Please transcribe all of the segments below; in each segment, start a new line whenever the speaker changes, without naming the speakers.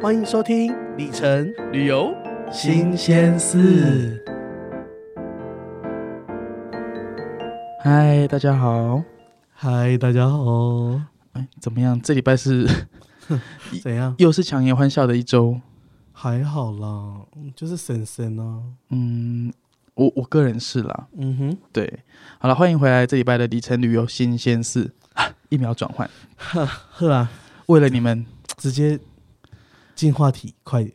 欢迎收听里程
旅游
新鲜事。
嗨，大家好。
嗨，大家好，
哎，怎么样？这礼拜是？
怎样
又是强颜欢笑的一周。
还好啦，就是婶婶啊。
嗯，我我个人是啦。
嗯哼，
对，好了，欢迎回来这礼拜的里程旅游新鲜事。啊一秒转换，
呵啊，
为了你 们
直接进话题，快点。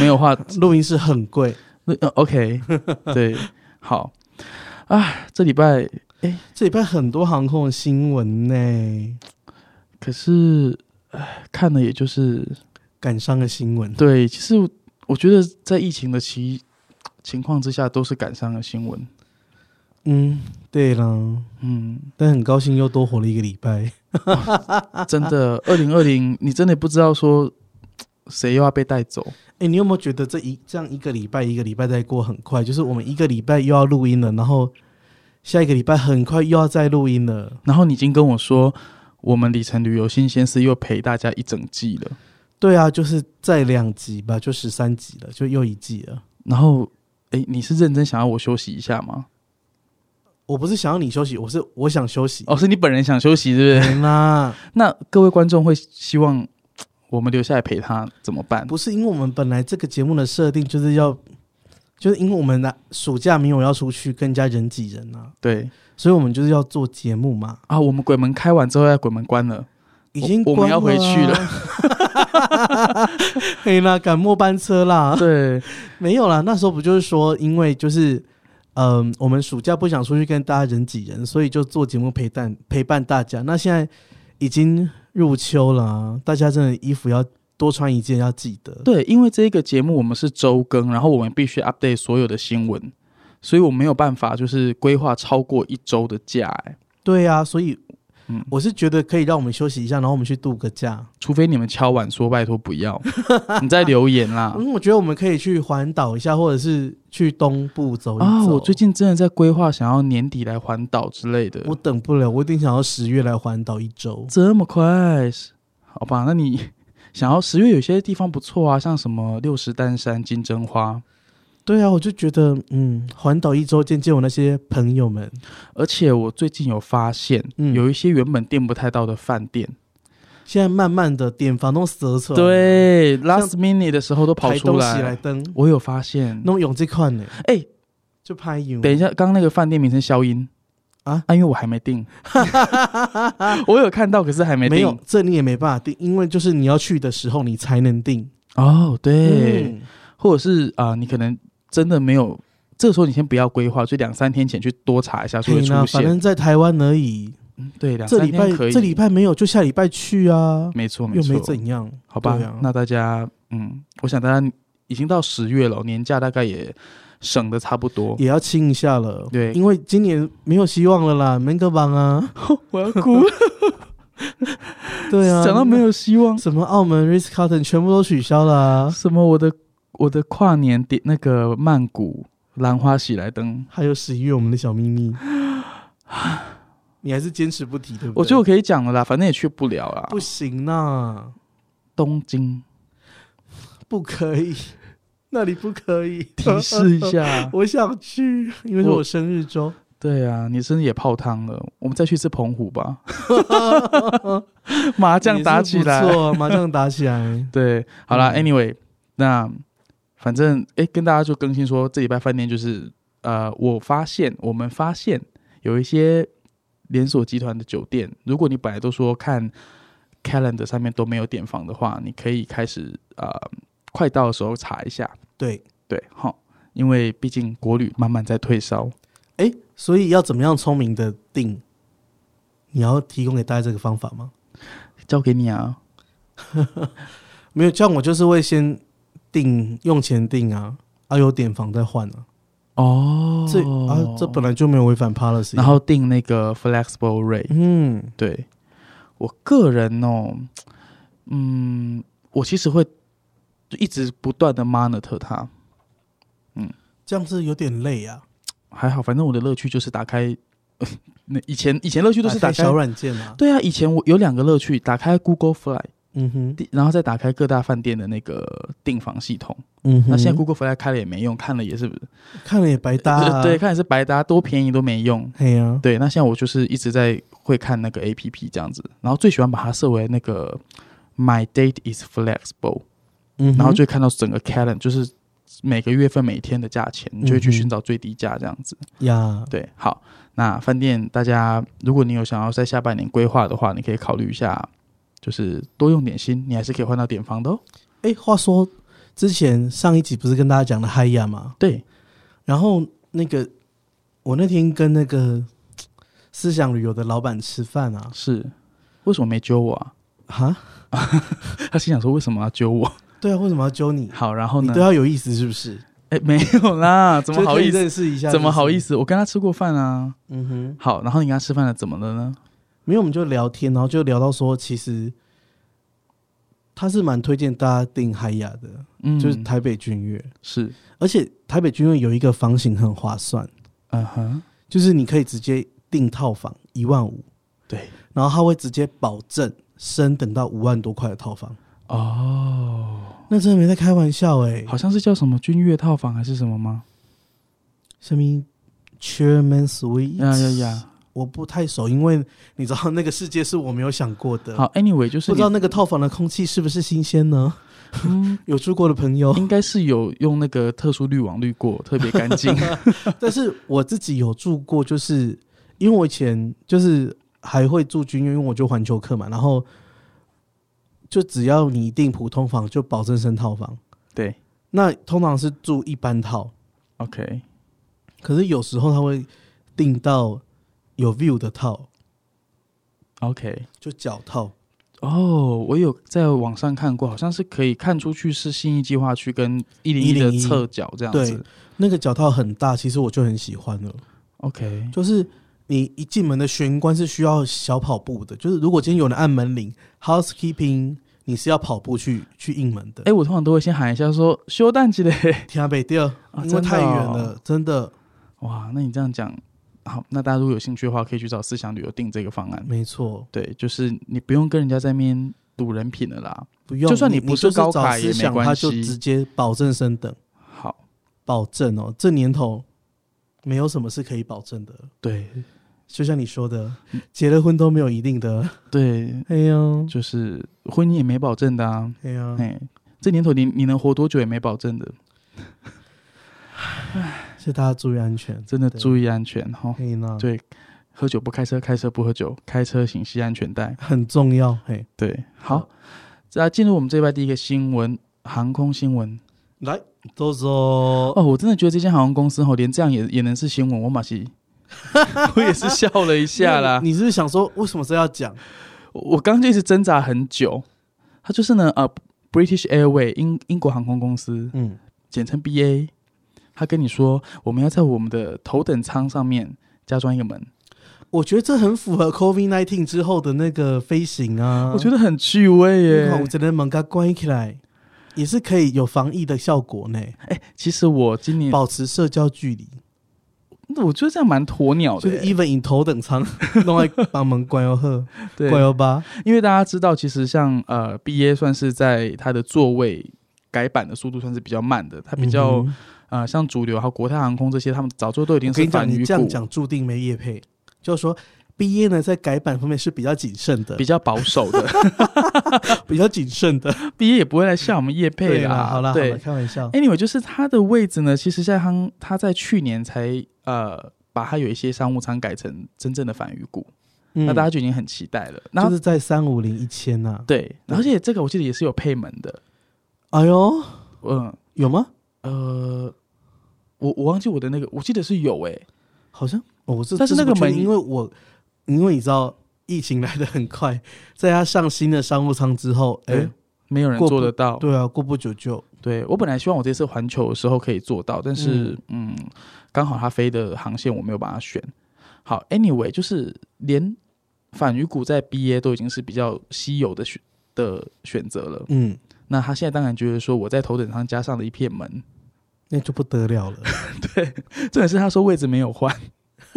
没有话，
录音室很贵，
呃，OK，对，好啊，这礼拜
这礼拜很多航空的新闻呢、
可是，哎，看了也就是
感伤的新闻。
对，其实我我觉得在疫情的其情况之下，都是赶上了新闻。
嗯，对啦，
嗯，
但很高兴又多活了一个礼拜。
真的，二零二零，你真的不知道说谁又要被带走。
哎、你有没有觉得这一这样一个礼拜一个礼拜在过很快？就是我们一个礼拜又要录音了，然后下一个礼拜很快又要再录音了。
然后你已经跟我说，我们里程旅游新鲜事又陪大家一整季了。
对啊，就是再两集吧，就十三集了，就又一季了。
然后，哎，你是认真想要我休息一下吗？
我不是想要你休息，我是我想休息。
哦，是你本人想休息，是 不是？
天啦，
那各位观众会希望我们留下来陪他怎么办？
不是因为我们本来这个节目的设定就是要，就是因为我们的暑假没有要出去跟人家人挤人啊，
对
所以我们就是要做节目嘛。
啊，我们鬼门开完之后，要鬼门关了。
已经
我我们要
关
回去了
啊。 嘿啦，赶末班车啦，
对，
没有啦。那时候不就是说，因为就是，嗯、我们暑假不想出去跟大家人挤人，所以就做节目陪伴陪伴大家。那现在已经入秋了、啊，大家真的衣服要多穿一件，要记得。
对，因为这个节目我们是周更，然后我们必须 update 所有的新闻，所以我没有办法就是规划超过一周的假、哎，
对啊，所以
嗯，
我是觉得可以让我们休息一下，然后我们去度个假。
除非你们敲碗说拜托不 要，你再留言啦。
嗯，我觉得我们可以去环岛一下，或者是去东部走一走。
啊，我最近真的在规划想要年底来环岛之类的，
我等不了，我一定想要十月来环岛一周。
这么快？好吧，那你 想要十月有些地方不错啊，像什么六十丹山、金针花，
对啊，我就觉得，嗯，环岛一周见见我那些朋友们，
而且我最近有发现，
嗯
有一些原本订不太到的饭店，
现在慢慢的点房东舌扯，，
对
像
，last minute 的时候都跑
台
出
东喜
来
来。登，
我有发现，
弄用这款呢，
哎
就拍油，
等一下，刚刚那个饭店名称消音
啊
啊，因为我还 没订，我有看到，可是还没
没有
订。，
这你也没办法定，因为就是你要去的时候你才能定。
哦，对，
嗯，
或者是啊、你可能真的没有，这个时候你先不要规划，就两三天前去多查一下，就会
对
出
呢，
现。
反正在台湾而已，
嗯对，两
这
三
礼拜
天可以。
这礼拜没有，就下礼拜去啊，
没错没
又没
错，
怎样，
好吧，
对啊
那大家嗯，我想大家已经到十月了，年假大概也省的差不多。
也要清一下了。
对
因为今年没有希望了啦，没个榜啊，
我要哭，
对啊，
想到没有希望，
什么澳门 Ritz Carlton 全部都取消了、啊，
什么我的我的跨年点那个曼谷兰花喜来登，
还有十一月我们的小秘密，你还是坚持不提，对不对？
我觉得我可以讲了啦，反正也去不了啦。
不行呐、
东京
不可以， 那里不可以，，
提示一。下
我想去，因为是
我
我生日周。
对啊，你生日也泡汤了，我们再去吃澎 湖吧，麻将打起
也是不
来。。
错，麻将打起来
对，好啦
嗯
a n y w a y 那反正哎、诶跟大家就更新说，这礼拜饭店就是呃，我发现我们发现有一些连锁集团的酒店，如果你本来都说看 calendar 上面都没有点房的话，你可以开始呃，快到的时候查一下。
对，
对，好，因为毕竟国旅慢慢在退烧。
哎，所以要怎么样聪明的定？你要提供给大家这个方法吗？
交给你啊，
没有，这样我就是会先定用钱定啊，啊有点房再换啊。
哦
这啊，这本来就没有违反 policy。
然，后定那个 flexible rate，、
嗯，
对我个人哦，嗯，我其实会就一直不断的 monitor 它，
这样子有点累啊。
还好，反正我的乐趣就是打开，那以前以前乐趣都是
打
打
开
开
小软件啊。
对啊，以前我有两个乐趣，打开 Google Fly，
嗯哼，
第然后再打开各大饭店的那个订房系统。
嗯哼，
那现在 Google Fly 开了也没用，看了也 是
看了也白搭、啊，
呃对，，看也是白搭，多便宜都没用。
嘿呀、啊，
对，那现在我就是一直在会看那个 A P P 这样子，然后最喜欢把它设为那个 My Date is Flexible，、
嗯哼，
然后就会看到整个 calendar，就是每个月份每天的价钱，你就会去
嗯哼
寻找最低价这样子。
呀，
对，好，那饭店大家，如果你有想要在下半年规划的话，你可以考虑一下，就是多用点心，你还是可以换到点房的哦。
哎、话说之前上一集不是跟大家讲的嗨呀吗？
对，
然后那个我那天跟那个思想旅游的老板吃饭啊，
是，为什么没揪我啊？
哈，
他心想说为什么要揪我？
对啊，为什么要揪你？
好，然后
你
呢
对？他有意思是不是？
哎、没有啦，怎么
就
好
可以
意思？
认识一下？
怎么好意
思？
思？我跟他吃过饭啊。
嗯哼，
好，然后你跟他吃饭了，怎么了呢？
没有我们就聊天，然后就聊到说，其实他是蛮推荐大家订嗨雅的，
嗯，
就是台北君悦，
是，
而且台北君悦有一个房型很划算，
嗯哼，
就是你可以直接订套房一万五，
对，
然后他会直接保证升等到五万多块的套房，
哦，
那真的没在开玩笑哎、
好像是叫什么君悦套房还是什么吗？
什么 Chairman Suite，、
呀呀呀！
我不太熟，因为你知道那个世界是我没有想过的。
好，anyway，就是
不
你
知道那个套房的空气是不是新鲜呢？
嗯，
有住过的朋友，
应该是有用那个特殊滤网滤过，特别干 净。
但是我自己有住过，就是因为我以前就是还会住军院，因为我就环球客嘛，然后就只要你订普通房，就保证升套房。
对
那通常是住一般套，
，OK，
可是有时候他会订到有 view 的套，
OK，
就脚套。
哦，我有在网上看过，好像是可以看出去是信义计划区跟一零一的
101
侧角这样
对
子。
那个脚套很大，其实我就很喜欢了。
OK，
就是你一进门的玄关是需要小跑步的，就是如果今天有人按门铃，housekeeping 你是要跑步去去应门的。
哎、我通常都会先喊一下说“休蛋鸡嘞
天北第二
啊，
因为太远
真的
了，真的”，
哇，那你这样讲，好，那大家如果有兴趣的话，可以去找思想旅游订这个方案。
没错，
对，就是你不用跟人家在面赌人品了啦。
不用。
就算你
你
不是高卡也
你就是找思想
没关系
他就直接保证升等，
好，
保证哦，这年头没有什么是可以保证的。
对
就像你说的，结了婚都没有一定 的。
对，
哎呀，
就是婚姻也没保证的啊。
哎呀，
哎，这年头你你能活多久也没保证的，
所以大家注意安全。哎
真的
对
注意安全哈。
嘿呢，
对，喝酒不开车，开车不喝酒，开车请系安全带。
很重要。嘿，
对，好，那进入我们这一拜第一个新闻，航空新闻。
来，都说
哦，我真的觉得这间航空公司哦，连这样也也能是新闻，我马西， 我也是笑了一下啦。
你是不是想说为什么这要讲？
我刚刚就一直挣扎很久。它就是呢，呃，British Airway 英英国航空公司，
嗯，
简称 BA，他跟你说我们要在我们的头等舱上面加装一个门，
我觉得这很符合 COVID nineteen 之后的那个飞行啊。
我觉得很趣味耶。
我只能门给它关起来，也是可以有防疫的效果呢，
哎、其实我今年，
保持社交距离。
我觉得这样蛮鸵鸟
就
的
是
耶。
even 以头等舱弄来把门关又喝，
对，
关又哦吧。
因为大家知道，其实像呃 BA 算是在它的座位改版的速度算是比较慢的，它比较、
嗯哼
呃像主流还有国泰航空这些，他们早就都已经
我
是
跟你讲，
反
你
鱼
这样
骨，
讲注定没业配，就是说。毕业呢，在改版方面是比较谨慎的
比，较保 守的。
比较谨慎的。
BA 也不会来笑我们叶佩
对啦，好啦，好啦，
对哎
开玩笑。
，anyway 就是它的位置呢，其实在它它在去年才呃。把它有一些商务舱改成真正的反鱼骨，
那
那大家就已经很期待了。然后、
嗯就是在三五零一千呐。
对，
嗯
而且这个我记得也是有配门的，
哎呦，
嗯
有吗？
呃，我我忘记我的那个，我记得是有诶、欸
好像哦我是，
但是
这
那个
不确定
门
因为我因为你知道疫情来的很快，在他上新的商务舱之后，哎、
对，没有人
过
做
不
得到。
对啊，过不久就
对我本来希望我这次环球的时候可以做到，但是嗯，刚、好它飞的航线我没有把它选好。Anyway，就是连反鱼骨在 BA 都已经是比较稀有的选的选择了。
嗯，
那他现在当然觉得说我在头等舱加上了一片门，
那就不得了了。
重点是他说位置没有换。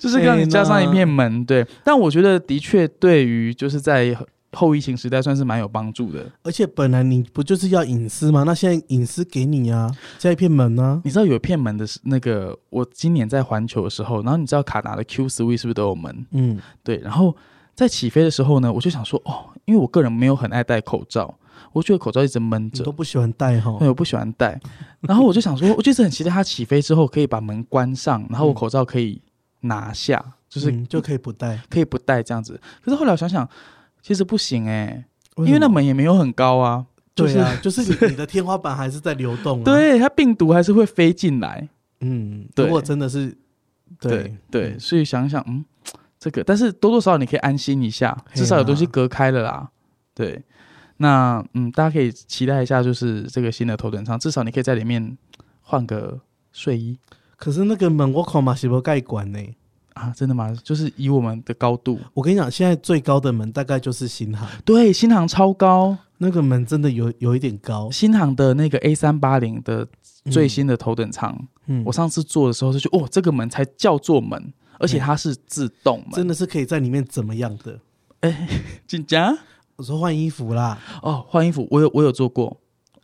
就是让你加上一面门，对。但我觉得的确，对于就是在后疫情时代算是蛮有帮助的。
而且本来你不就是要隐私吗？那现在隐私给你啊，现在一片门啊，
你知道有一片门的是那个，我今年在环球的时候，然后你知道卡达的 Q Three 是不是都有门？
嗯，
对，然后在起飞的时候呢，我就想说，哦，因为我个人没有很爱戴口罩，我觉得口罩一直闷
你
着
都，不喜欢戴哈
对，，我不喜欢戴。然后我就想说，我就是很期待它起飞之后可以把门关上，然后我口罩可以拿下，就是
嗯就可以不戴，
可以不戴这样子。可是后来我想想，其实不行哎、
为
因为
什
那
么
门也没有很高啊，就是
对啊，就是你你的天花板还是在流 动、啊，，
对，它病毒还是会飞进来。
嗯，
对
如果真的是，对
对，
嗯
所以想想，嗯，这个，但是多多少少你可以安心一下，至少有东西
嘿啊啦
隔开了啦。对，那嗯，大家可以期待一下，就是这个新的头等舱，至少你可以在里面换个睡衣
可是那个门我靠嘛是不盖管呢、
啊，真的吗？就是以我们的高度，
我跟你讲，现在最高的门大概就是新航，
对，新航超高，
那个门真的有有一点高，
新航的那个 A 三八零的
嗯
最，新的头等舱，
嗯
我上次坐的时候就觉得，哦，这个门才叫做门，而且它是自动门，
真的是可以在里面怎么样的？
紧张
我说换衣服啦，
哦，换衣服，我有我有做过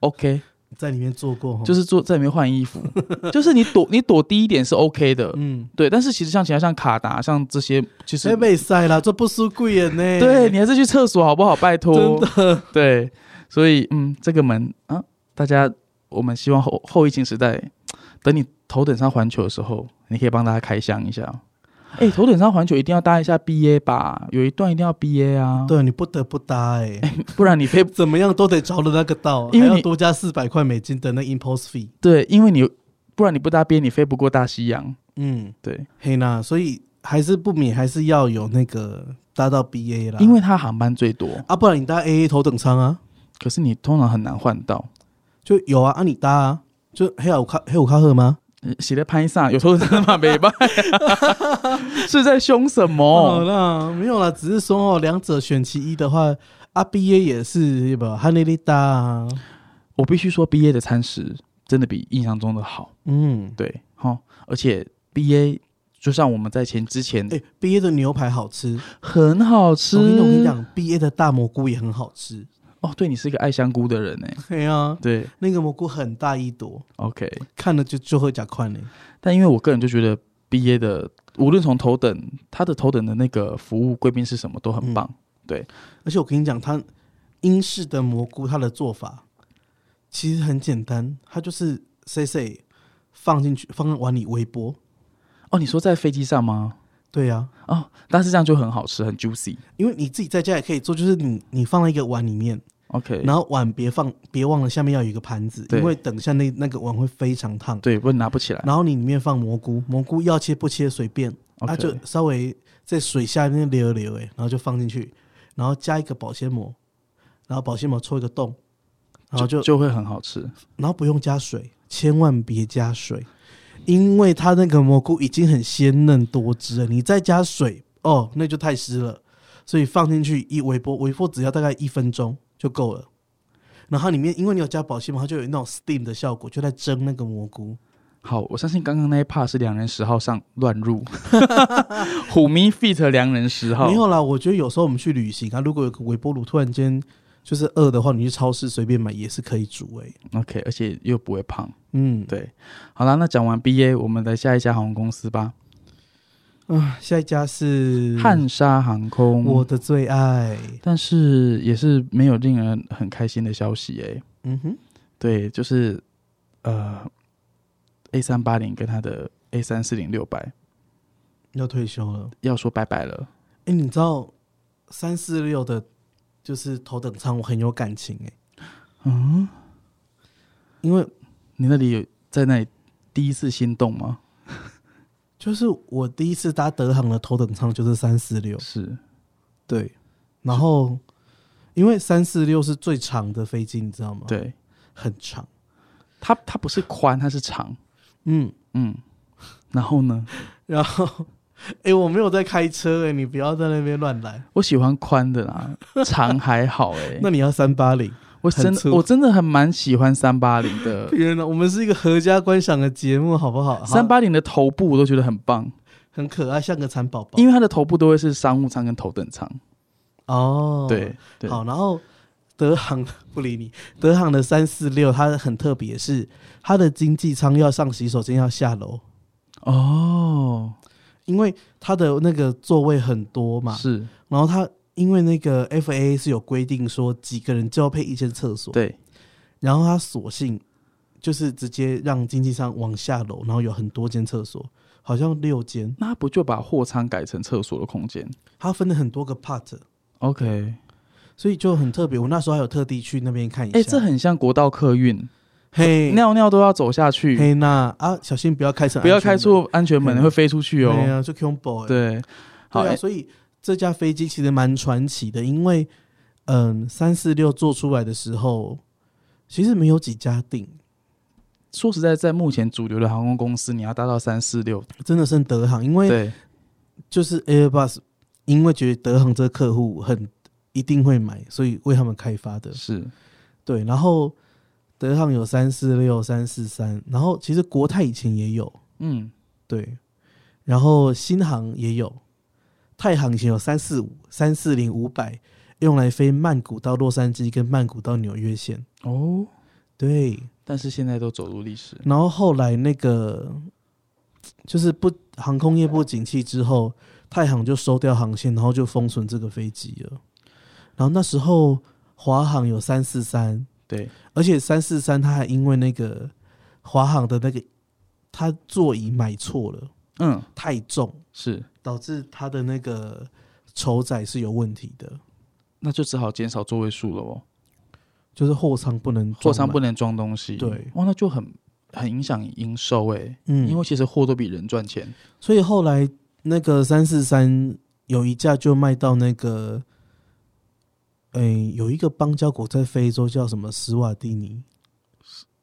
，OK。
在里面做过齁，
就是是坐在里面换衣服， 就是你躲你躲低一点是 OK 的，
嗯，
对。但是其实像其他像卡达像这些，其实
谁被塞啦，这不输贵人呢，
对你还是去厕所好不好？拜
真
托，
的，
对。所以嗯，这个门啊，大家我们希望后后疫情时代，等你头等舱环球的时候，你可以帮大家开箱一下。哎、头等舱环球一定要搭一下 BA 吧，有一段一定要 BA 啊，
对你不得不搭哎、
不然你非
怎么样都得着了那个道，
因为
还要
你
多加四百块美金的那 impulse fee。
对，因为你不然你不搭 BA，你飞不过大西洋。
嗯，
对，
嘿娜，所以还是不免还是要有那个搭到 BA 啦，
因为它航班最多，
啊，不然你搭 AA 头等舱啊，
可是你通常很难换到。
就有啊，啊你搭啊，就黑有卡黑有卡赫吗？
呃写在拍上，有时候真的蛮 没办，是在凶什
哦，
么？
那没有啦，只是说哦，两者选其一的话，啊 BA 也是吧，汉内利搭啊，
我必须说，B A 的餐食真的比印象中的好，
嗯，
对，哈，而且 B A 就像我们在前之前、
哎、b a 的牛排好吃，
很好吃，
哦我跟你我跟你讲，BA 的大蘑菇也很好吃，
哦，对你是一个爱香菇的人呢、欸
对啊，
对
那个蘑菇很大一朵，
，OK，
看了就就会假快呢。
但因为我个人就觉得 B A 的，无论从头等，它的头等的那个服务贵宾是什么都
嗯
很棒，
而且我跟你讲，它英式的蘑菇它的做法其实很简单，它就是塞塞放进去，放在碗里微波。
哦，你说在飞机上吗？
对啊呀、
哦，但是这样就很好吃，很 juicy。
因为你自己在家也可以做，就是你你放在一个碗里面，
OK，
然后碗别放，别忘了下面要有一个盘子，
对
因为等一下那那个碗会非常烫。
对，不然拿不起来。
然后你里面放蘑菇，蘑菇要切不切随便，它
OK
就稍微在水下面留一留哎，然后就放进去，然后加一个保鲜膜，然后保鲜膜戳一个洞，然后就
就就会很好吃。
然后不用加水，千万别加水，因为它那个蘑菇已经很鲜嫩多汁了，你再加水哦，那就太湿了。所以放进去一微波，微波只要大概一分钟就够了。然后它里面因为你有加保鲜膜，它就有那种 steam 的效果，就在蒸那个蘑菇。
好，我相信刚刚那一 part 是良人十号上乱 入，虎迷 fit 良人十号
没，有啦，我觉得有时候我们去旅行啊，如果有个微波炉突然间就是饿的话，你去超市随便买也是可以煮诶、欸
OK，而且又不会胖。
嗯，
对，好啦，那讲完 BA，我们来下一家航空公司吧，
啊，下一家是
汉莎航
嗯
空。
我的最爱。
但是也是没有令人很开心的消息诶、
嗯哼，
对，就是呃，A 三八零跟它的 A 三四零六百
要退休了。
要说拜拜了。
哎、你知道三四六的，就是头等舱，我很有感情哎、
嗯，
因为
你那里有在那里第一次心动吗？
就是我第一次搭德航的头等舱就是三四六，
是，
对，然后因为三四六是最长的飞机，你知道吗？，
对，
很长，
它它不是宽，它是长。
嗯，
嗯，然后呢，
然后。哎、我没有在开车哎、你不要在那边乱来。
我喜欢宽 的啦，长还好哎、
那你要三八零，
我真
很粗
我真的还蛮喜欢三八零的，
别人呢？我们是一个合家观赏的节目，好不 好？
呃
哦
三八零的头部我都觉得很棒，
很可爱，像个蚕宝宝。
因为它的头部都会是商务舱跟头等舱。
哦，
对，对
好，然后德航 不理你，德航的三四六它很特别，是它的经济舱要上洗手间要下楼，
哦，
因为它的那个座位很多嘛，
是
然后它因为那个 FAA 是有规定说几个人就要配一间厕所，
对，
然后它索性就是直接让经济舱往下楼，然后有很多间厕所，好像六间，
那不就把货仓改成厕所的空间
它分了很多个 part，
？OK，
所以就很特别。我那时候还有特地去那边看一下，
哎、这很像国道客运，
嘿
尿尿都要走下去，
嘿那啊，小心不要开成
不要
安
开
全门
出安全门
嘿
会飞出去哦。
对啊，就 combo 欸
对，好，
对啊，
哎、
所以这架飞机其实蛮传奇的，因为嗯，三四六做出来的时候，其实没有几家订，
说实在，在目前主流的航空公司，你要搭到三四六，
真的剩德航，因为
对，
就是 Airbus，因为觉得德航这个客户很一定会买，所以为他们开发的。
是
对，然后德航有三四六、三四三，然后其实国泰以前也有，
嗯，
对，然后新航也有，太航以前有三四五、三四零、五百，用来飞曼谷到洛杉矶跟曼谷到纽约线。
哦，
对，
但是现在都走入历史，
然后后来那个就是不航空业不景气之后，太行就收掉航线，然后就封存这个飞机了。然后那时候华航有三四三，
对，
而且三四三它还因为那个华航的那个它座椅买错了，
嗯，
太重，
是，
导致它的那个筹载是有问题的，
那就只好减少座位数了哦，
就是货舱不能
货舱不
能
能装东西，
对
哇，那就很很影响营收哎、
嗯，
因为其实货都比人赚钱，
所以后来那个三四三有一架就卖到那个，诶、有一个邦交国在非洲叫什么斯瓦蒂尼，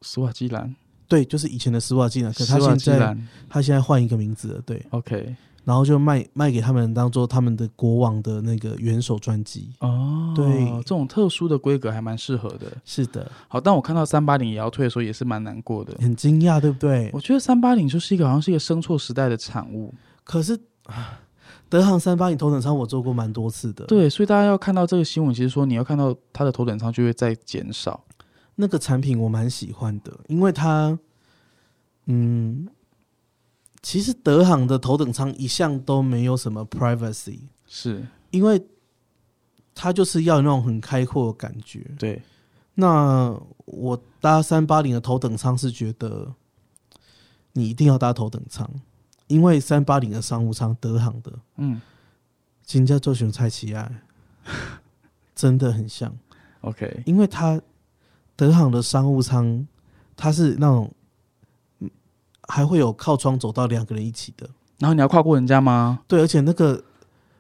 斯瓦基兰，
对，就是以前的斯瓦蒂尼，可
斯
他
瓦
现
基
在
兰
他现在换一个名字了，对，
，OK，
然后就卖卖给他们当做他们的国王的那个元首专辑。
哦，
对
这种特殊的规格还蛮适合的。
是的，
好，但我看到三八零也要退的时候，也是蛮难过的。
很惊讶，对不对？
我觉得三八零就是一个好像是一个生错时代的产物，
可是啊德航三八零头等舱我坐过蛮多次的，，
对，所以大家要看到这个新闻，其实说你要看到它的头等舱就会在减少，
那个产品我蛮喜欢的，因为它，嗯，其实德航的头等舱一向都没有什么 privacy，
是
因为它就是要有那种很开阔的感觉。
对，
那我搭三八零的头等舱是觉得你一定要搭头等舱，因为三八零的商务舱德航的，
嗯
金价周选蔡奇爱真的很像。
，OK，
因为它德航的商务舱，它是那种嗯还会有靠窗走道，两个人一起的。
然后你要跨过人家吗？
对，而且那个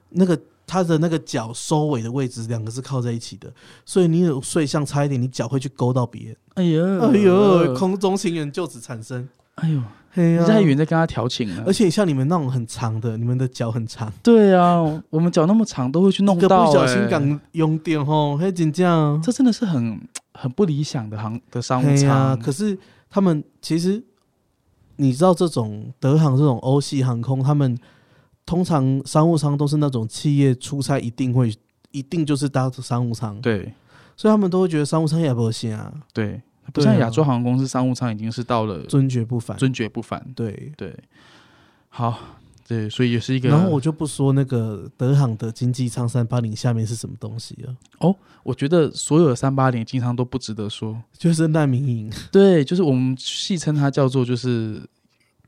那个它的那个脚收尾的位置，两个是靠在一起的，所以你有睡相差一点，你脚会去勾到别人。
哎呦，
哎呦，，空中情缘就此产生。
哎呦，
嘿
人
呀、
家还以为你在跟他调情呢
而。且像你们那种很长的，你们的脚很长，
哎对啊，我们脚那么长都会去弄
一个
到、
不
欸，
小心敢用电吼，嘿，紧张。
这真的是很很不理想的航的商务
对哎呀、
舱。
可是他们其实，你知道这种德航这种欧系航空，他们通常商务舱都是那种企业出差一定会一定就是搭商务舱，
对
所以他们都会觉得商务舱也不行啊，
对，不像
对啊
亚洲航空公司商务舱已经是到了
尊爵不凡。
尊爵不凡。
对，
对，好，对，啊所以也是一个。
然后我就不说那个德航的经济舱三八零下面是什么东西了，
我觉得所有的三八零经常都不值得说。
就是难民营。
对，就是我们戏称它叫做就是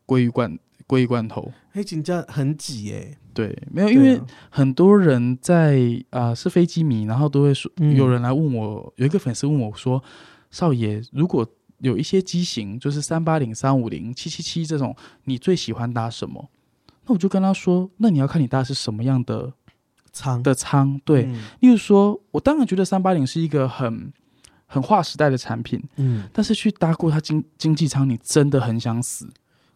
鲑鱼罐鲑鱼罐头。
黑警价哎很挤哎、欸，
对，没有，因为
对啊
很多人在啊、呃是飞机迷，然后都会说，
嗯
有人来问我，有一个粉丝问我说，少爷，如果有一些机型，就是三八零、三五零、七七七这种，你最喜欢搭什么？那我就跟他说，那你要看你搭的是什么样的
舱
的舱。对，
嗯
例如说，我当然觉得三八零是一个很很划时代的产品，
嗯，
但是去搭过它经经济舱，你真的很想死。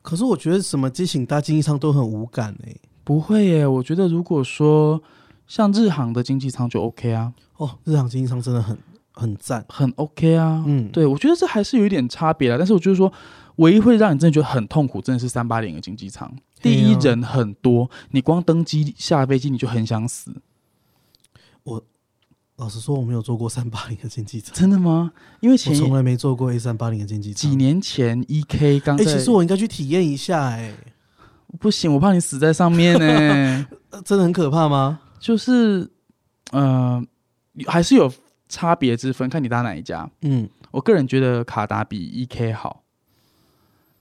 可是我觉得什么机型搭经济舱都很无感哎、
不会耶，我觉得如果说像日航的经济舱就 OK 啊，
哦，日航经济舱真的很很赞。
很 OK 啊。
嗯，
对，我觉得这还是有一点差别啦。但是我就是说，唯一会让你真的觉得很痛苦，真的是三八零的经济舱。第
对啊
一人很多，你光登机下飞机你就很想死。
我老实说，我没有做过三八零的经济舱，
真的吗？因为前
我从来没做过 A 三八零的经济
几
舱。
年前 E K 刚
哎、
在，
其实我应该去体验一下、哎、
不行，我怕你死在上面呢、
呃真的很可怕吗？
就是，呃，还是有差别之分，看你搭哪一家。
嗯，
我个人觉得卡达比 E K 好，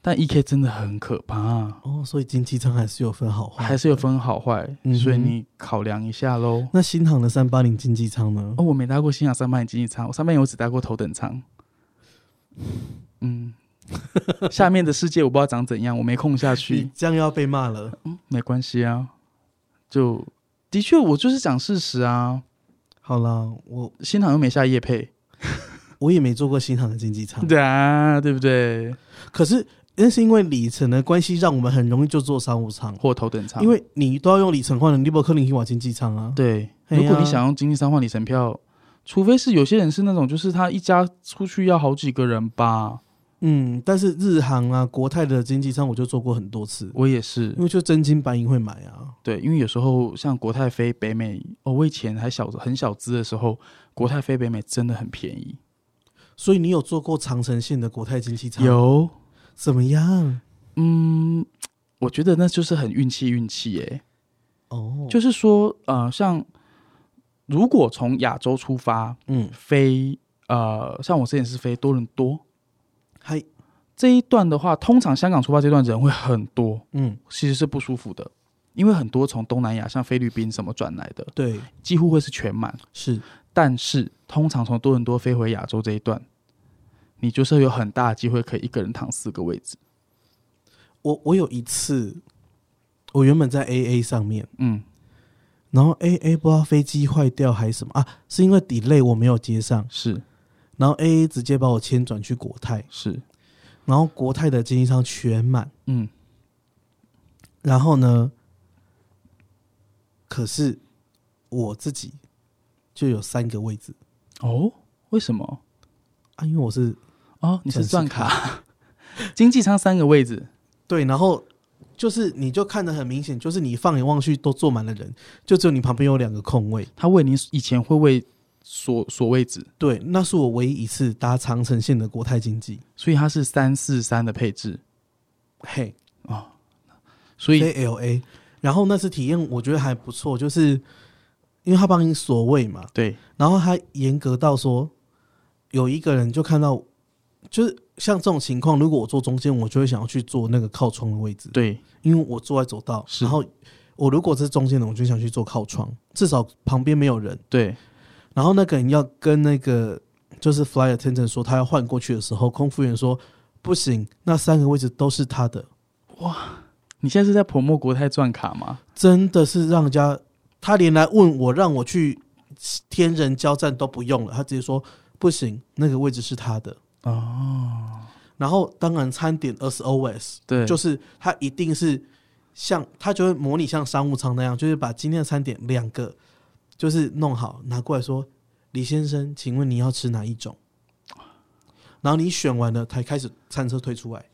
但 E K 真的很可怕，
哦，所以经济舱还是有分好坏。
还是有分好坏，
嗯哼
所以你考量一下喽。
那新航的三八零经济舱呢？
哦，我没搭过新雅三班经济舱，我三班有只搭过头等舱。 嗯，下面的世界我不知道长怎样，我没空下
你
去。
这样又要被骂了。
嗯，没关系啊，就的确我就是讲事实啊。
好啦，我
新航又没下夜配，
我也没做过新航的经济舱，
对啊，对不对？
可是那是因为里程的关系，让我们很容易就做商务舱，
或头等舱，
因为你都要用里程换的利伯克林希瓦经济舱啊。
啊对，
嘿呀
如果你想用经济舱换里程票，除非是有些人是那种，就是他一家出去要好几个人吧。
嗯，但是日航啊、国泰的经济舱我就做过很多次，
我也是
因，为就真金白银会买啊。
对，因为有时候像国泰飞北美，哦，我以前还小很小资的时候，国泰飞北美真的很便宜。
所以你有做过长城线的国泰经济舱？
有，
怎么样？
嗯，我觉得那就是很运气，运气耶、
哦，
就是说，呃，像如果从亚洲出发
嗯，
飞，呃，像我之前是飞多伦多
嗨，
这一段的话，通常香港出发这段人会很多，
嗯，
其实是不舒服的，因为很多从东南亚像菲律宾什么转来的，
对，
几乎会是全满。
是
但是通常从多伦多飞回亚洲这一段，你就是有很大的机会可以一个人躺四个位置。
我我有一次，我原本在 AA 上面，
嗯，
然后 AA 不知道飞机坏掉还是什么啊，是因为 delay 我没有接上，
是
然后 AA 直接把我迁转去国泰，
是，
然后国泰的经济舱全满，
嗯，
然后呢，可是我自己就有三个位置
哦，为什么？
啊，因为我是
哦，你是
钻
钻
石卡
卡， 经济舱三个位置。
对，然后就是你就看得很明显，就是你放眼望去都坐满了人，就只有你旁边有两个空位。
他为你以前会为所所位置，
对，那是我唯一一次搭长城线的国泰经济，
所以它是三四三的配置，
嘿，
所以
L A，然后那次体验我觉得还不错，就是因为他帮你锁位嘛，
对
然后他严格到说，有一个人就看到，就是像这种情况，如果我坐中间，我就会想要去坐那个靠窗的位置，
对
因为我坐在走道，
是
然后我如果是中间的，我就想去坐靠窗，至少旁边没有人。
对，
然后那个人要跟那个就是 fly attendant 说他要换过去的时候，空服员说不行，那三个位置都是他的，
你现在是在泼墨国泰钻卡吗？
真的是让人家他连来问我让我去天人交战都不用了，他直接说不行，那个位置是他的。
哦，
然后当然餐点 S O S
对，
就是是他一定是像他就会模拟像商务舱那样，就是把今天的餐点两个就是弄好拿过来说，李先生，请问你要吃哪一种？然后你选完了才开始餐车推出来，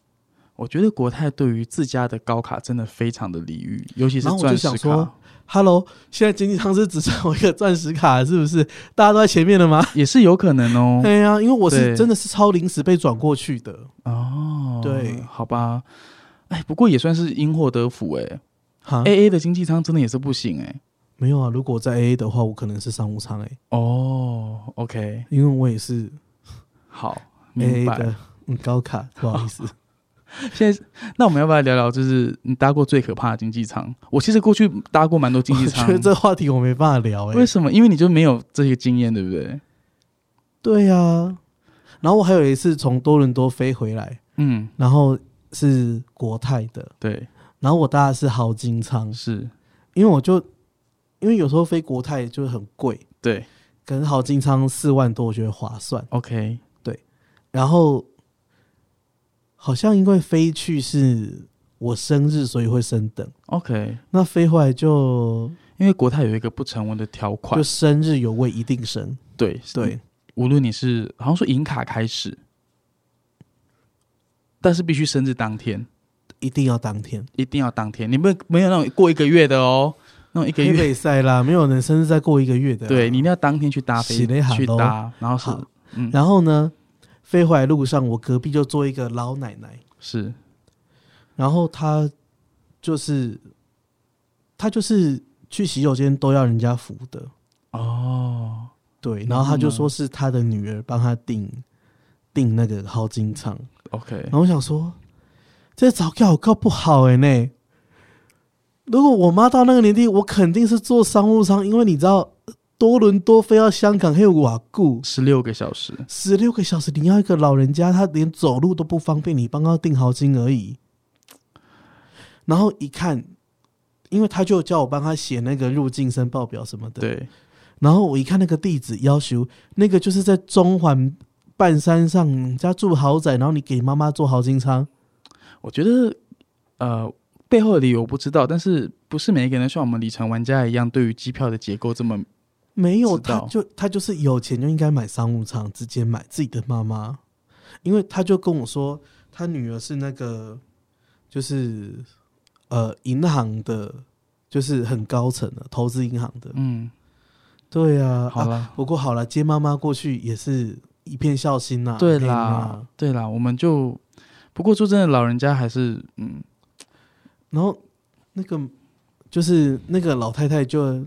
我觉得国泰对于自家的高卡真的非常的礼遇，尤其是
然后我就
钻
想
石
说
卡，
Hello，现在经济舱是只剩我一个钻石卡，是不是？大家都在前面了吗？
也是有可能哦。
对哎呀、因为我是
对
真的是超临时被转过去的。
哦，
对
好吧，哎，不过也算是因祸得福哎、
哈，
A A 的经济舱真的也是不行哎、
没有啊，如果在 AA 的话，我可能是商务舱哎、
哦，OK，
因为我也是
好，明
AA
白。
的嗯高 卡，不好意思。
现在，那我们要不要聊聊，就是你搭过最可怕的经济舱？我其实过去搭过蛮多经 济
我
舱
觉，得这话题我没办法聊哎、
为什么？因为你就没有这些经验，对不对？
对呀、然后我还有一次从多伦多飞回来，
嗯，
然后是国泰的，
对，
然后我搭的是豪金舱，
是，
因为我就因为有时候飞国泰就很贵，
对
可能豪金舱四万多，我觉得划算。
，OK，
然后好像因为飞去是我生日，所以会升等。
OK，
那飞回来就
因为国泰有一个不成文的条款
就，生日有位一定升，
对
对，，
无论你是好像说银卡开始，但是必须生日当天，
一定要当天。
一定要当天，你们没有那种过一个月的哦。那种一个
黑
月，
北塞啦，没有人生日再过一个月的、啊
对你一定要当天去搭飞
洗了一下
去
咯
搭，然后
好
是嗯
然后呢，飞回来路上，我隔壁就坐一个老奶奶，
是
然后她就是她就是去洗手间都要人家扶的，
哦，
对，
然
然后
后
她就
呢
说是她的女儿帮她订订那个豪金唱，
OK，
然后我想说，这早教我告不好哎、呢。如果我妈到那个年纪，我肯定是坐商务舱，因为你知道多伦多飞到香港还有瓦固，
十六个小时，
十六个小时，你要一个老人家，他连走路都不方便，你帮他订豪金而已。然后一看，因为他就叫我帮他写那个入境申报表什么的。。
对，
然后我一看那个地址，要求那个就是在中环半山上，人家住豪宅，然后你给妈妈做豪金仓，
我觉得呃背后的理由我不知道，但是不是每一个人都像我们里程玩家一样，对于机票的结构这么
没有，
知道
他就他就是有钱就应该买商务舱，直接买自己的妈妈，因为他就跟我说，他女儿是那个就是呃银行的，就是很高层的投资银行的，
嗯
对啊，
好
啊
了。
不过好了，接妈妈过去也是一片啊孝心呐、
对
嘿
啦
呐，
对啦，我们就不过说真的，老人家还是嗯，
然后那个就是那个老太太就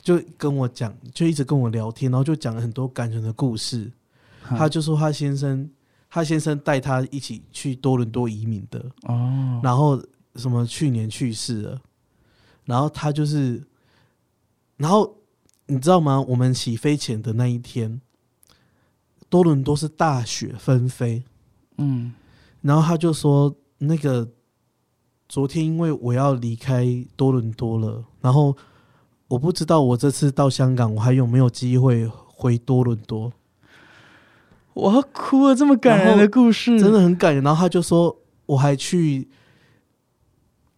就跟我讲，就一直跟我聊天，然后就讲了很多感人的故事。她
哈
就说她先生，她先生带她一起去多伦多移民的，
哦，
然后什么去年去世了，然后她就是，然后你知道吗？我们起飞前的那一天，多伦多是大雪纷飞，
嗯，
然后他就说，那个昨天因为我要离开多伦多了，然后我不知道我这次到香港我还有没有机会回多伦多，
我要哭了，这么感人的故事，
真的很感人。然后他就说，我还去，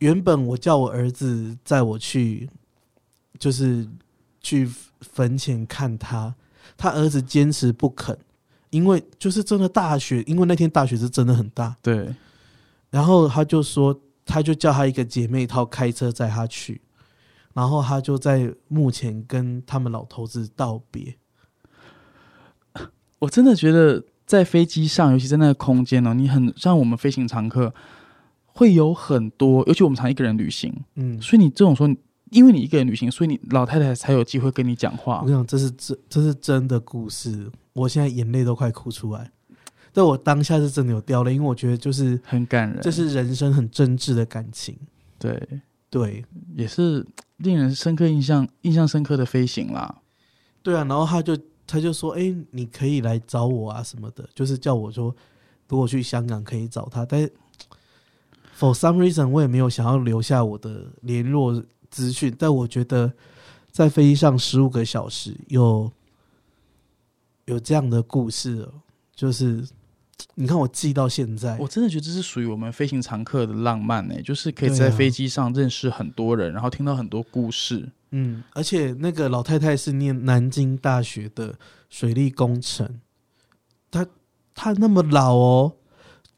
原本我叫我儿子载我去，就是去坟前看他，他儿子坚持不肯，因为就是真的大雪，因为那天大雪是真的很大，
对，
然后他就说，他就叫他一个姐妹套开车载他去，然后他就在墓前跟他们老头子道别。
我真的觉得在飞机上，尤其在那个空间哦，你很像我们飞行常客，会有很多，尤其我们常一个人旅行，
嗯，
所以你这种说，因为你一个人旅行，所以你老太太才有机会跟你讲
我
话
跟你，讲，这是真，这是真的故事，我现在眼泪都快哭出来。但我当下是真的有掉泪，因为我觉得就是
很感人，
这是人生很真挚的感情。
对，
对
也是令人深刻印象、印象深刻的飞行啦。
对啊，然后他就他就说：“哎、你可以来找我啊，什么的，就是叫我说，如果去香港可以找他。”但是 for some reason，我也没有想要留下我的联络资讯。但我觉得在飞机上十五个小时有有这样的故事、哦，就是你看我记到现在，
我真的觉得这是属于我们飞行常客的浪漫呢、就是可以
对啊
在飞机上认识很多人，然后听到很多故事。
嗯，而且那个老太太是念南京大学的水利工程，她她那么老哦，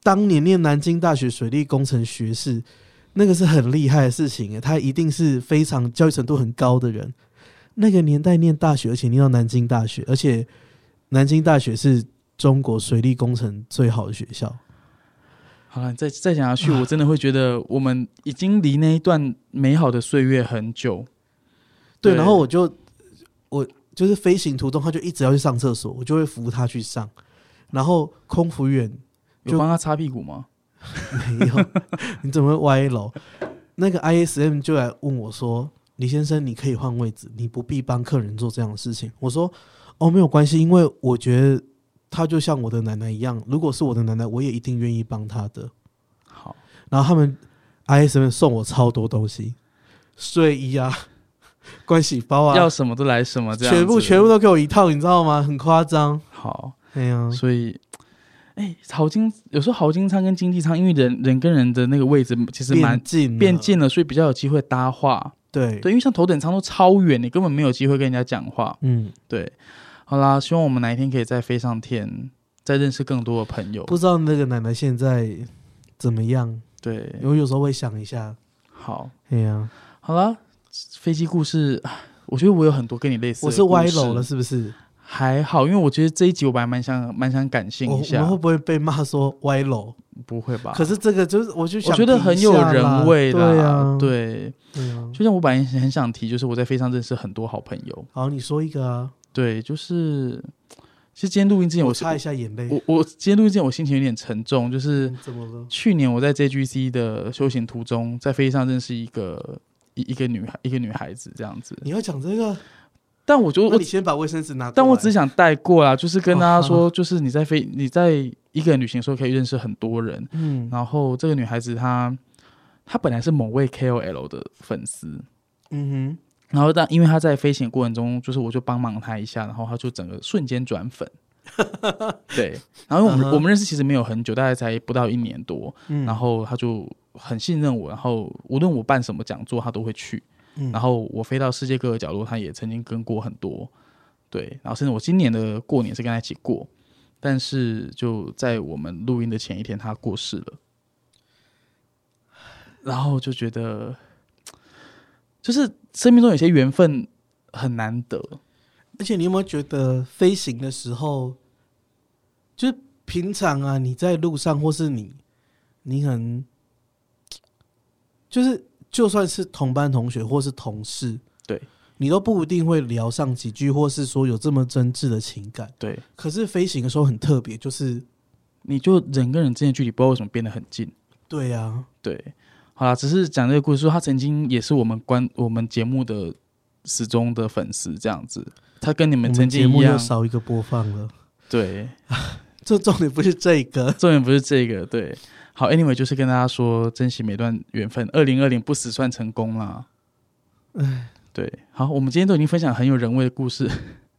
当年念南京大学水利工程学士，那个是很厉害的事情耶，欸她一定是非常教育程度很高的人。那个年代念大学，而且念到南京大学，而且南京大学是中国水利工程最好的学校。
好了，再再讲下
啊
去，我真的会觉得我们已经离那一段美好的岁月很久。
对，
对
然后我就我就是飞行途中，他就一直要去上厕所，我就会扶他去上。然后空服员
有
就
帮他擦屁股吗？
没有， 你怎么会歪楼？那个 ISM 就来问我说：“李先生，你可以换位置，你不必帮客人做这样的事情。”我说：“哦，没有关系，因为我觉得他就像我的奶奶一样，如果是我的奶奶，我也一定愿意帮他的。”
好，
然后他们 ISM 送我超多东西，睡衣啊， 关系包啊，
要什么都来什么，这样
全部
子
全部都给我一套，你知道吗？很夸张。
好。
哎呀，
所以，哎、豪金有时候豪金舱跟经济舱，因为人人跟人的那个位置其实蛮
变近了
变，近了，所以比较有机会搭话。
对
对，因为像头等舱都超远，你根本没有机会跟人家讲话。
嗯，
对，好啦，希望我们哪一天可以再飞上天，再认识更多的朋友。
不知道那个奶奶现在怎么样，
对，
我有时候会想一下。
好，
哎呀，
好啦，飞机故事， 啊我觉得我有很多跟你类似。
我是歪楼了，，是不是？
还好，因为我觉得这一集我本来蛮想蛮想感性
我
一
哦我们
下
会，不会被骂说歪楼？
不会吧？
可是这个就是，我就想
我觉得
提一
很有
下啦
人味啦，
对啊，
对，
对啊。
就像我本来很想提，就是我在飞上认识很多好朋友，
好，你说一个啊，
对，就是其实今天录音之前我是
擦一下眼泪。
我我今天录音之前我心情有点沉重，就是
嗯怎么了？
去年我在 JGC 的修行途中，在飞机上认识一个一一个女孩一个女孩子这样子，
你要讲这个？
但我就
那
我
你先把卫生纸拿过来。
但我只想带过啦，就是跟大家
哦
说，就是你在飞你在一个人旅行的时候可以认识很多人，
嗯，
然后这个女孩子她她本来是某位 KOL 的粉丝，
嗯
然后但因为她在飞行过程中，就是我就帮忙她一下，然后她就整个瞬间 转粉。对，然后因为我们、
嗯哼
我们认识其实没有很久，大概才不到一年多，
哼，嗯
然后她就很信任我，然后无论我办什么讲座，她都会去。
嗯
然后我飞到世界各个角落，他也曾经跟过很多，对，然后甚至我今年的过年是跟他一起过，但是就在我们录音的前一天，他过世了，然后就觉得，就是生命中有些缘分很难得，
而且你有没有觉得飞行的时候，就是平常啊，你在路上或是你，你很，就是就算是同班同学或是同事，
对
你都不一定会聊上几句，或是说有这么真挚的情感。
对，
可是飞行的时候很特别，就是
你就人跟人之间的距离不知道为什么变得很近，
对啊，
对，好啦，只是讲这个故事，说他曾经也是我们关我们节目的始终的粉丝这样子。他跟你
我
们曾
们节
经一
目又
样，
少一个播放了。
对，
这重点不是这个，
重点不是这个，对。好，anyway，就是跟大家说，珍惜每段缘分。二零二零不死算成功啦。对。好，我们今天都已经分享很有人味的故事，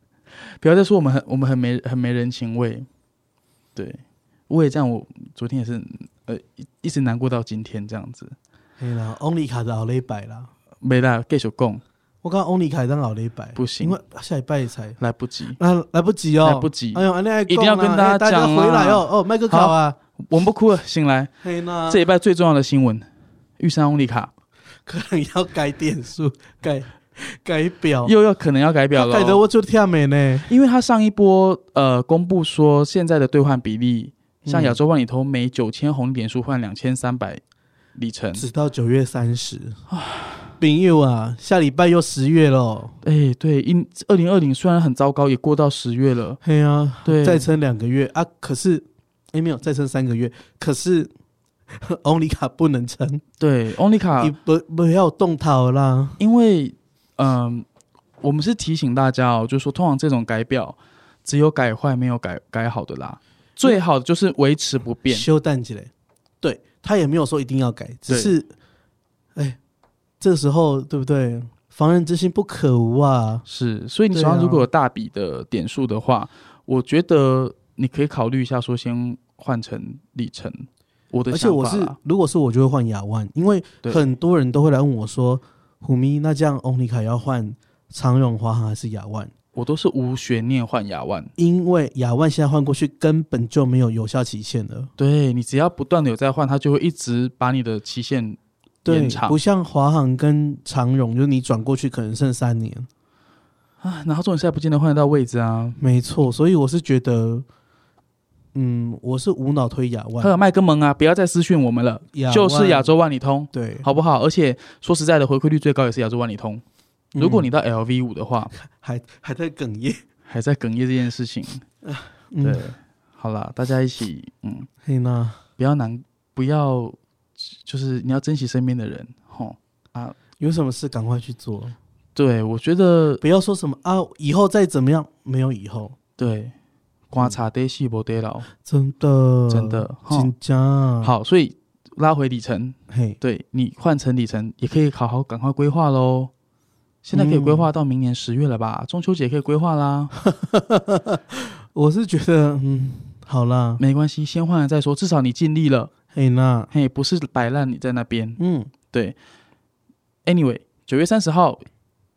不要再说我们很我们很没很没人情味。对，我也这样，我昨天也是呃一一直难过到今天这样子。
可以哎啦，Only 卡的奥雷百啦，
没啦，继续讲，
我刚 Only 卡当奥雷百
不行
哎因为下礼拜也才。
来不及，
啊，来不及哦，
来不及，
哎呦，那
一定要跟
大
大家讲啦
回来哦，哦，麦克考啊，
我们不哭了，醒来。
嘿呢，
这礼拜最重要的新闻，玉山欧丽卡
可能要改点数，改 改表，
又要可能要改表了
改得
哦，
我就跳美呢，
因为他上一波呃公布说现在的兑换比例，像亚洲万里通每九千红点数换两千三百里程，
直到九月三十。朋友啊，下礼拜又十月喽，
哎，对，因二零二零虽然很糟糕，也过到十月了，
嘿啊，
对，
再撑两个月啊，可是哎没有，再撑三个月，可是 Only 卡不能撑，
对欧丽卡
你，不不要动它啦，
因为嗯、我们是提醒大家哦，就是说通常这种改表只有改坏没有改改好的啦，最好的就是维持不变，
修蛋起来。对他也没有说一定要改，只是，哎，这个时候对不对？防人之心不可无啊。
是，所以你手
对啊
上如果有大笔的点数的话，我觉得你可以考虑一下，说先换成里程。我的
而且
想
我
法啊
是
啦，，
如果是我就会换雅万，因为
对
很多人都会来问我说：“虎咪，那这样欧尼卡要换长荣、华航还是雅万？”
我都是无悬念换雅万。
因为雅万现在换过去根本就没有有效期限了，
对你只要不断的有在换，它就会一直把你的期限
对
延，长
不像华航跟长荣，就是你转过去可能剩三年，
啊。然后重点是还不见得换得到位置啊。
没错。所以我是觉得，嗯，我是无脑推雅
还有
万，
麦克蒙啊，不要再私讯我们了，
雅
就是
万
亚洲万里通，
对，
好不好？而且说实在的，回馈率最高也是亚洲万里通。
嗯
如果你到 LV 五的话，
还还在哽咽，
还在哽咽这件事情，对，
嗯，
好啦，大家一起，嗯。
嘿娜，
不要难，不要就是你要珍惜身边的人，吼。
有什么事赶快去做，
对，我觉得
不要说什么啊，以后再怎么样，没有以后，
对，观察得细不得老，
真的，
嗯呃真，的哈。
紧张，，
好，所以拉回里程，
嘿，
对你换成里程也可以好好赶快规划喽。现在可以规划到明年十月了吧？中秋节可以规划啦，
我是觉得，嗯，好啦，
没关系，先换了再说，至少你尽力了，
嘿娜，
嘿，不是摆烂你在那边。
嗯，
对，anyway，九月三十号，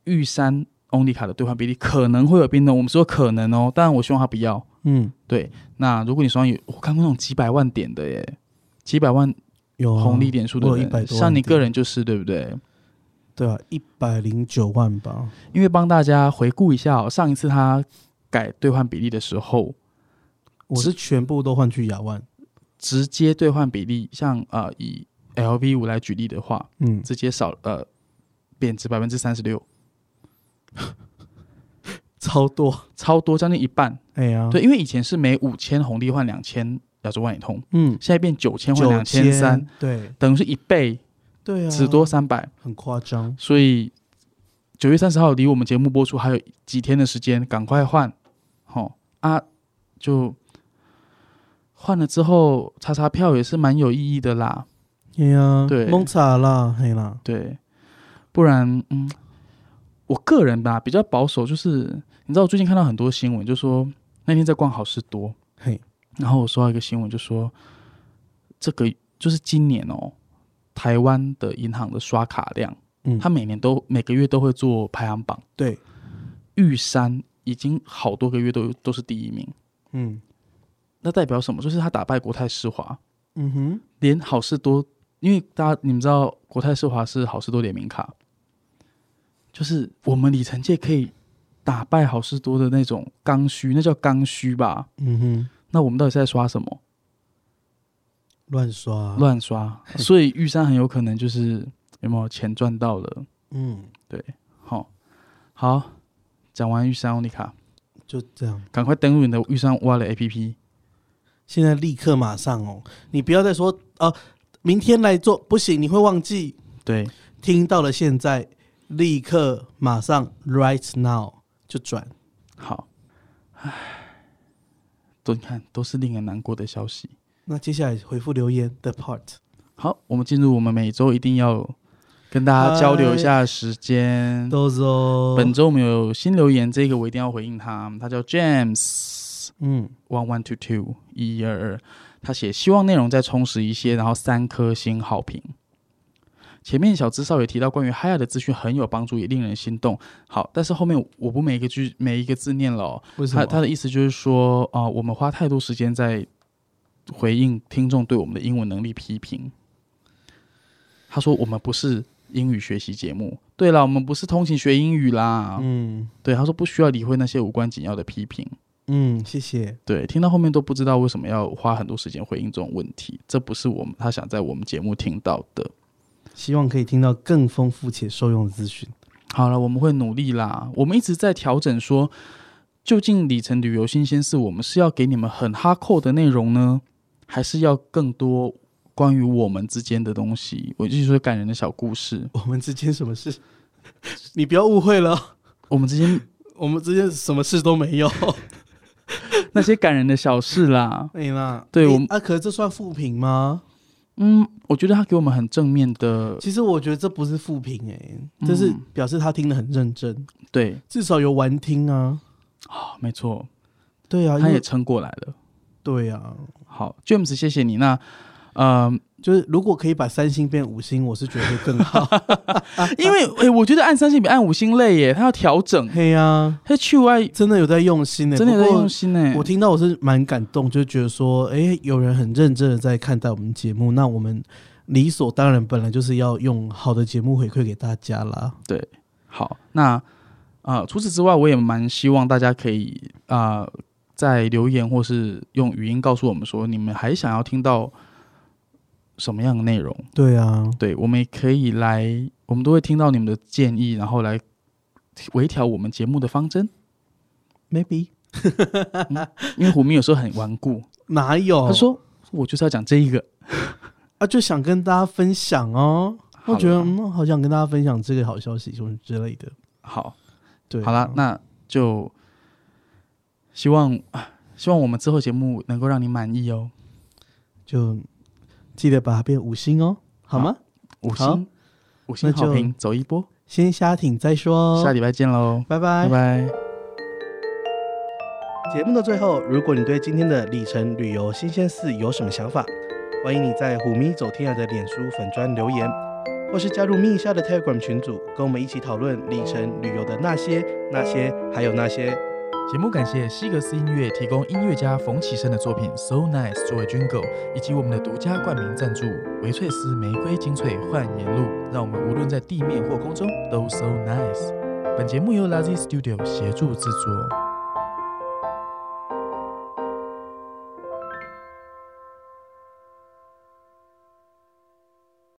玉山欧丽卡的兑换比例可能会有变动，我们说可能哦，但我希望他不要。
嗯，
对，那如果你手上有，我看过那种几百万点的耶，几百万
有啊
红利点数的
我有
人，
100多万
像你
点
个人就是对不对？
对啊，一百零九万吧，
因为帮大家回顾一下、哦，上一次他改兑换比例的时候，
我是全部都换去亚万，
直接兑换比例，像呃以 LV 五来举例的话，
嗯，
直接少呃贬值百分之三十六，
超多，
超多将近一半。
哎呀，
对，，因为以前是每五千红利换两千亚洲万里通，
嗯，
现在变九千换
九
两千三，，
对
等于是一倍，
对啊，
只多三百。
很夸张，
所以九月三十号离我们节目播出还有几天的时间，赶快换，好、啊，就换了之后查查票也是蛮有意义的啦，
哎呀，
对
蒙查啦，嘿啦，
对，不然嗯，我个人吧比较保守，就是你知道我最近看到很多新闻，就说那天在逛好事多，
嘿，
然后我收到一个新闻，就说这个就是今年哦，台湾的银行的刷卡量，
嗯，
它每年都每个月都会做排行榜。
对，
玉山已经好多个月都都是第一名，
嗯
那代表什么？就是他打败国泰世华，
嗯哼，
连好事多，因为大家你们知道国泰世华是好事多联名卡，就是我们里程界可以打败好事多的那种刚需，那叫刚需吧？
嗯哼，
那我们到底是在刷什么？
乱刷，，
乱刷，所以玉山很有可能就是有没有钱赚到了？
嗯，
好、好，讲完玉山欧尼卡，
就这样。
赶快登录你的玉山挖的 APP。
现在立刻马上哦！你不要再说啊、明天来做不行，你会忘记。
对，
听到了，现在立刻马上，right now 就转。
好，唉，都你看都是令人难过的消息。
那接下来回复留言的 part，
好，我们进入我们每周一定要跟大家交流一下的时间。
豆子哦，
本周我们有新留言，这个我一定要回应他，他叫 James
嗯
one one two two 一一二二，他写希望内容再充实一些，然后三颗星好评。前面小资少爷提到关于嗨亚的资讯很有帮助，也令人心动。好，但是后面我不每一个句每一个字念了、哦，
为什
他
么？
他的意思就是说，啊、我们花太多时间在回应听众对我们的英文能力批评。他说，我们不是英语学习节目。对了，我们不是通勤学英语啦。
嗯
对，他说不需要理会那些无关紧要的批评。
嗯，谢谢。
对，听到后面都不知道为什么要花很多时间回应这种问题，这不是我们他想在我们节目听到的。
希望可以听到更丰富且受用的资讯。
好了，我们会努力啦。我们一直在调整说，究竟里程旅游新鲜事，我们是要给你们很哈扣的内容呢，还是要更多关于我们之间的东西？我就是说感人的小故事，
我们之间什么事？ 你不要误会了，
我们之间
我们之间什么事都没有。
那些感人的小事啦。
对啦，
对
诶
我们
哎啊，可是这算负评吗？
嗯，我觉得他给我们很正面的，
其实我觉得这不是负评哎、这是
嗯
表示他听得很认真，
对
至少有玩听啊。
啊、没错，
对啊，因
他也
为
撑过来了。
对啊，
好，James，谢谢你。那，呃，
就是如果可以把三星变五星，我是觉得会更 好。
因 为诶、我觉得按三星比按五星累耶，他要调整，
嘿呀、啊，
他去外
真的有在用心呢、
真的有在
不过
用心欸呢。
我听到我是蛮感动，就觉得说，哎、有人很认真的在看待我们节目，那我们理所当然本来就是要用好的节目回馈给大家啦。
好，那啊、呃除此之外，我也蛮希望大家可以啊、呃在留言或是用语音告诉我们说，你们还想要听到什么样的内容？
对啊，
对，我们也可以来，我们都会听到你们的建议，然后来微调我们节目的方针。
maybe
因为虎明有时候很顽固，
哪有？
他说我就是要讲这一个，
啊，就想跟大家分享哦。我觉得
好啦
嗯，好想跟大家分享这个好消息什么之类的。
好，
对，嗯
好啦，那就希望啊希望我们之后节目能够让你满意哦，
就记得把它变五星哦，好吗？
五
好
星五星
那就
好评，走一波。
先瞎挺再说，哦
下礼拜见喽，
拜拜
拜。拜。
节目的最后，如果你对今天的里程旅游新鲜事有什么想法，欢迎你在虎咪走天涯的脸书粉专留言，或是加入咪一下的 Telegram 群组，跟我们一起讨论里程旅游的那些、那些还有那些。
节目感谢西格斯音乐提供音乐家冯启生的作品《So Nice》作为 Jingle，以及我们的独家冠名赞助维翠丝玫瑰精粹焕颜露，让我们无论在地面或空中都 So Nice。本节目由 Lazy Studio 协助制作。